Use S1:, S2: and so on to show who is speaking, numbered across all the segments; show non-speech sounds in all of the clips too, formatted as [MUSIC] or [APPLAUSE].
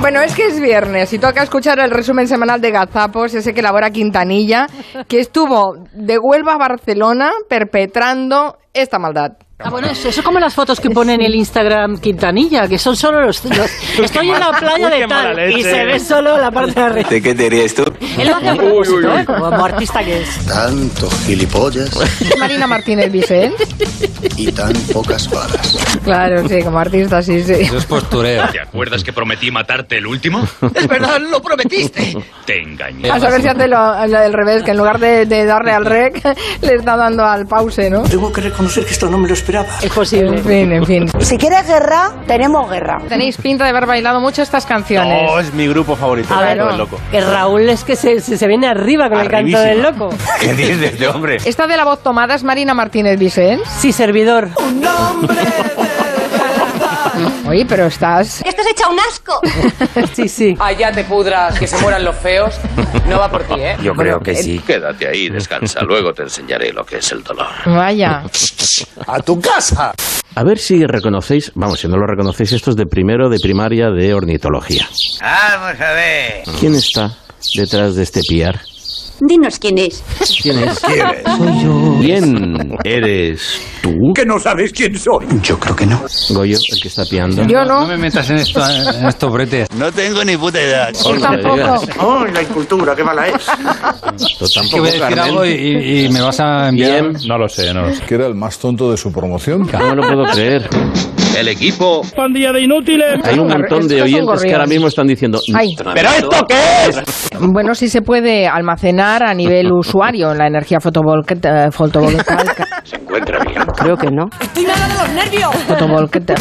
S1: Bueno, es que es viernes y toca escuchar el resumen semanal de Gazapos, ese que elabora Quintanilla, que estuvo de Huelva a Barcelona perpetrando esta maldad.
S2: Ah, bueno, eso, eso es como las fotos que pone en el Instagram Quintanilla, que son solo los...
S3: [LAUGHS]
S2: los- estoy en la playa
S3: Uy,
S2: de
S3: qué mala
S2: tal
S3: leche.
S2: y se ve solo la parte de arriba.
S4: ¿De qué te dirías tú?
S2: Él lo hace a propósito, ¿eh? como artista que es.
S5: Tantos gilipollas
S1: Marina Martínez Vicent.
S5: y tan pocas balas.
S1: Claro, sí, como artista, sí, sí.
S6: Eso es postureo.
S7: ¿Te acuerdas que prometí matarte el último?
S8: Es verdad, lo prometiste.
S7: Te engañé.
S1: A saber si hace lo, lo del revés, que en lugar de, de darle al rec, [LAUGHS] le está dando al pause, ¿no?
S8: Tengo que reconocer que esto no me lo esperaba.
S2: Es
S1: En
S2: posible.
S1: fin, en fin.
S9: Si quieres guerra, tenemos guerra.
S1: Tenéis pinta de haber bailado mucho estas canciones.
S3: No, es mi grupo favorito.
S2: A ver,
S3: Todo el loco.
S2: que Raúl es que se, se, se viene arriba con
S3: Arribísima.
S2: el canto del loco.
S4: ¿Qué dices, hombre?
S1: Esta de la voz tomada es Marina Martínez Vicens.
S2: Sí, servidor. [LAUGHS]
S1: Oye, pero estás.
S9: Esto es hecha un asco.
S2: Sí, sí.
S10: Allá te pudras, que se mueran los feos. No va por ti, ¿eh?
S4: Yo creo que sí.
S7: Quédate ahí, descansa. Luego te enseñaré lo que es el dolor.
S1: Vaya.
S5: ¡A tu casa!
S11: A ver si reconocéis, vamos, si no lo reconocéis, esto es de primero de primaria de ornitología.
S8: Vamos a ver.
S11: ¿Quién está detrás de este piar?
S9: Dinos quién es.
S11: ¿Quién es? Soy yo. ¿Quién eres tú?
S8: Uh, Que no sabes quién soy. Yo creo que no.
S11: Goyo, el que está piando.
S1: Yo no.
S6: me metas en, esto-
S1: [LAUGHS]
S6: en estos bretes.
S5: No tengo ni puta edad.
S1: Yo tampoco.
S8: Oh, la incultura, qué mala es.
S11: Tú
S6: Es que
S11: tampoco,
S6: voy a decir
S11: Carmen.
S6: algo y, y- y me vas a enviar.
S11: Bien.
S6: No lo sé, no lo sé.
S5: Que era el más tonto de su promoción.
S11: Ah, No me lo puedo creer.
S7: El equipo
S11: Hay un montón de
S1: Estos son
S11: oyentes que ahora
S1: gorriones.
S11: mismo están diciendo...
S1: Ay.
S11: ¿Pero esto qué es?
S1: Bueno, sí se puede almacenar
S11: [LAUGHS]
S1: a nivel usuario la energía fotovolca- eh, fotovoltaica.
S7: se encuentra bien.
S1: Creo que no.
S9: Estoy mala de los nervios. [LAUGHS]
S1: Fotovolta-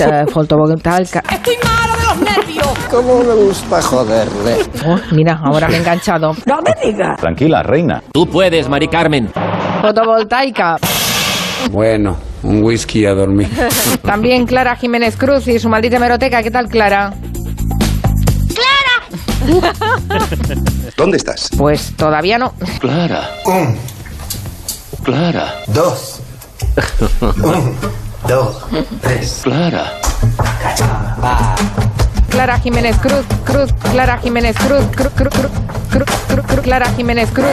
S1: eh, Fotovoltaica.
S9: Estoy mala de los nervios.
S5: ¿Cómo me gusta joderle?
S1: Oh, mira, ahora me he enganchado.
S9: No me digas.
S3: Tranquila, reina.
S6: Tú puedes, Mari Carmen.
S1: Fotovoltaica.
S4: Bueno, un whisky a dormir.
S1: [LAUGHS] También Clara Jiménez Cruz y su maldita hemeroteca. ¿Qué tal, Clara?
S5: ¿Dónde estás?
S1: Pues todavía no.
S7: Clara,
S5: Un,
S7: Clara,
S5: [LAUGHS] dos. Un, dos, tres.
S7: Clara.
S1: Clara Jiménez Cruz, Cruz, Clara Jiménez Cruz, Cruz, Cruz, Cruz, Cruz, Cruz, Cruz, Clara Jiménez Cruz.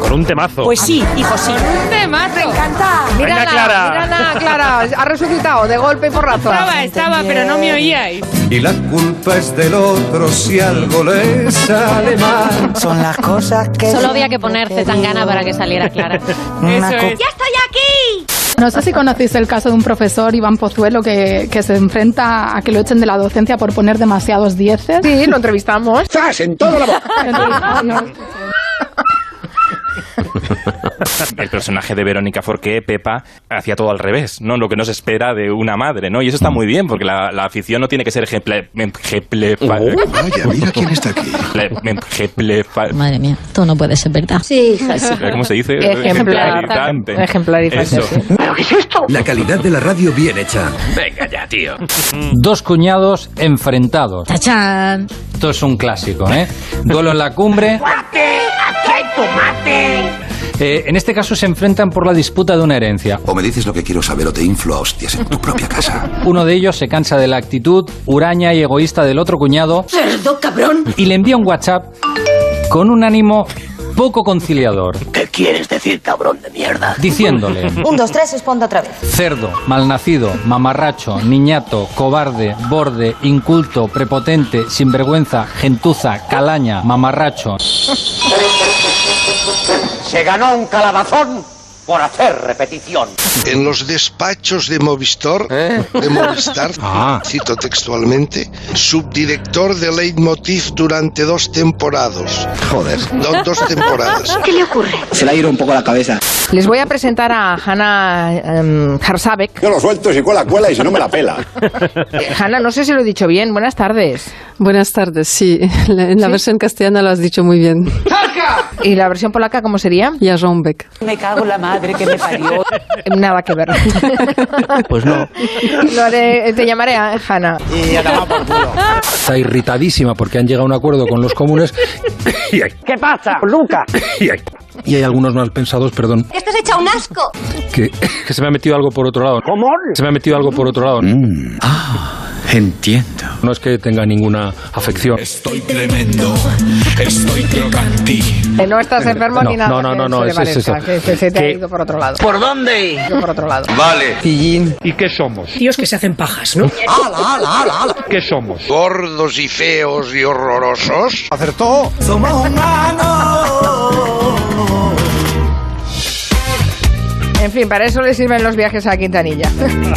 S3: Con un temazo.
S2: Pues sí, hijo, sí.
S1: Me encanta. Mírala,
S3: Venga, Clara.
S1: mírala, Clara. Ha resucitado de golpe y porrazo.
S10: estaba, pero no me oíais.
S5: Y la culpa es del otro si algo le sale mal.
S8: Son las cosas que.
S9: Solo había que ponerse tan gana para que saliera clara.
S10: Eso es.
S9: ¡Ya estoy aquí!
S2: No sé si conocéis el caso de un profesor, Iván Pozuelo, que, que se enfrenta a que lo echen de la docencia por poner demasiados dieces.
S1: Sí, lo entrevistamos.
S5: ¡Zas! En toda la boca.
S3: El personaje de Verónica Forqué, Pepa, hacía todo al revés, ¿no? Lo que no se espera de una madre, ¿no? Y eso está muy bien, porque la, la afición no tiene que ser ejemple... ejemple-
S8: ¿Eh?
S5: Vaya, mira quién está aquí.
S3: ejemple-
S9: Madre mía, todo no puede ser verdad. Sí, hija, sí.
S3: ¿Cómo se dice?
S1: Ejemplar.
S3: Ejemplarizante.
S1: Ejemplarizante,
S3: Eso.
S1: sí.
S4: La calidad de la radio bien hecha.
S7: Venga ya, tío.
S6: Dos cuñados enfrentados.
S9: ¡Tachán!
S6: Esto es un clásico, ¿eh? Duelo en la cumbre. Eh, en este caso se enfrentan por la disputa de una herencia.
S4: O me dices lo que quiero saber o te inflo a hostias en tu propia casa.
S6: Uno de ellos se cansa de la actitud huraña y egoísta del otro cuñado
S9: ¡Cerdo, cabrón!
S6: y le envía un WhatsApp con un ánimo poco conciliador,
S8: ¿Qué quieres decir, cabrón de mierda?
S6: diciéndole
S9: Un, dos, tres, responde otra vez.
S6: cerdo, malnacido, mamarracho, niñato, cobarde, borde, inculto, prepotente, sinvergüenza, gentuza, calaña, mamarracho.
S8: Se ganó un calabazón por hacer repetición.
S5: En los despachos de Movistar, de Movistar,
S6: Ah.
S5: cito textualmente, subdirector de Leitmotiv durante dos temporadas. Joder. dos temporadas.
S8: Se le ha ido un poco la cabeza.
S1: Les voy a presentar a Hanna em, Harsabek.
S5: Yo lo suelto si cuela, cuela y si no me la
S1: [LAUGHS]
S5: pela.
S1: Eh, Hanna, no sé si lo he dicho bien. Buenas tardes.
S2: Buenas tardes, sí. En la versión castellana lo has dicho muy bien.
S1: ¿Y la versión polaca cómo sería?
S2: Y a Rombeck.
S10: Me cago en la madre que me parió.
S1: Eh, Nada que ver.
S11: Pues no.
S1: [LAUGHS] Lo haré- te llamaré a Hanna.
S8: Y acabamos por culo.
S6: Está irritadísima porque han llegado a un acuerdo con los comunes.
S8: ¿Qué pasa, Luca? Y hay algunos mal pensados, perdón,
S12: Esto se echa un asco.
S8: que, que se me ha metido algo por otro lado. ¿Cómo? Se me ha metido algo por otro lado. Ah, entiendo. No es que tenga ninguna afección. Estoy tremendo, estoy crocante.
S1: Que no estás enfermo
S8: No,
S1: ni nada.
S8: no, no,
S1: que
S8: no, no,
S1: se le
S8: eso es
S1: parezca,
S8: eso.
S1: Que, que se te ha
S8: Que-
S1: ido por otro lado.
S8: ¿Por dónde?
S1: Yo por otro lado.
S8: Vale. ¿Y qué somos?
S13: Tíos que se hacen pajas, ¿no?
S7: ¡Hala, hala, hala, hala!
S8: ¿Qué somos?
S7: ¿Gordos y feos y horrorosos? ¡Acertó!
S14: Somos humanos.
S1: En fin, para eso le sirven los viajes a Quintanilla.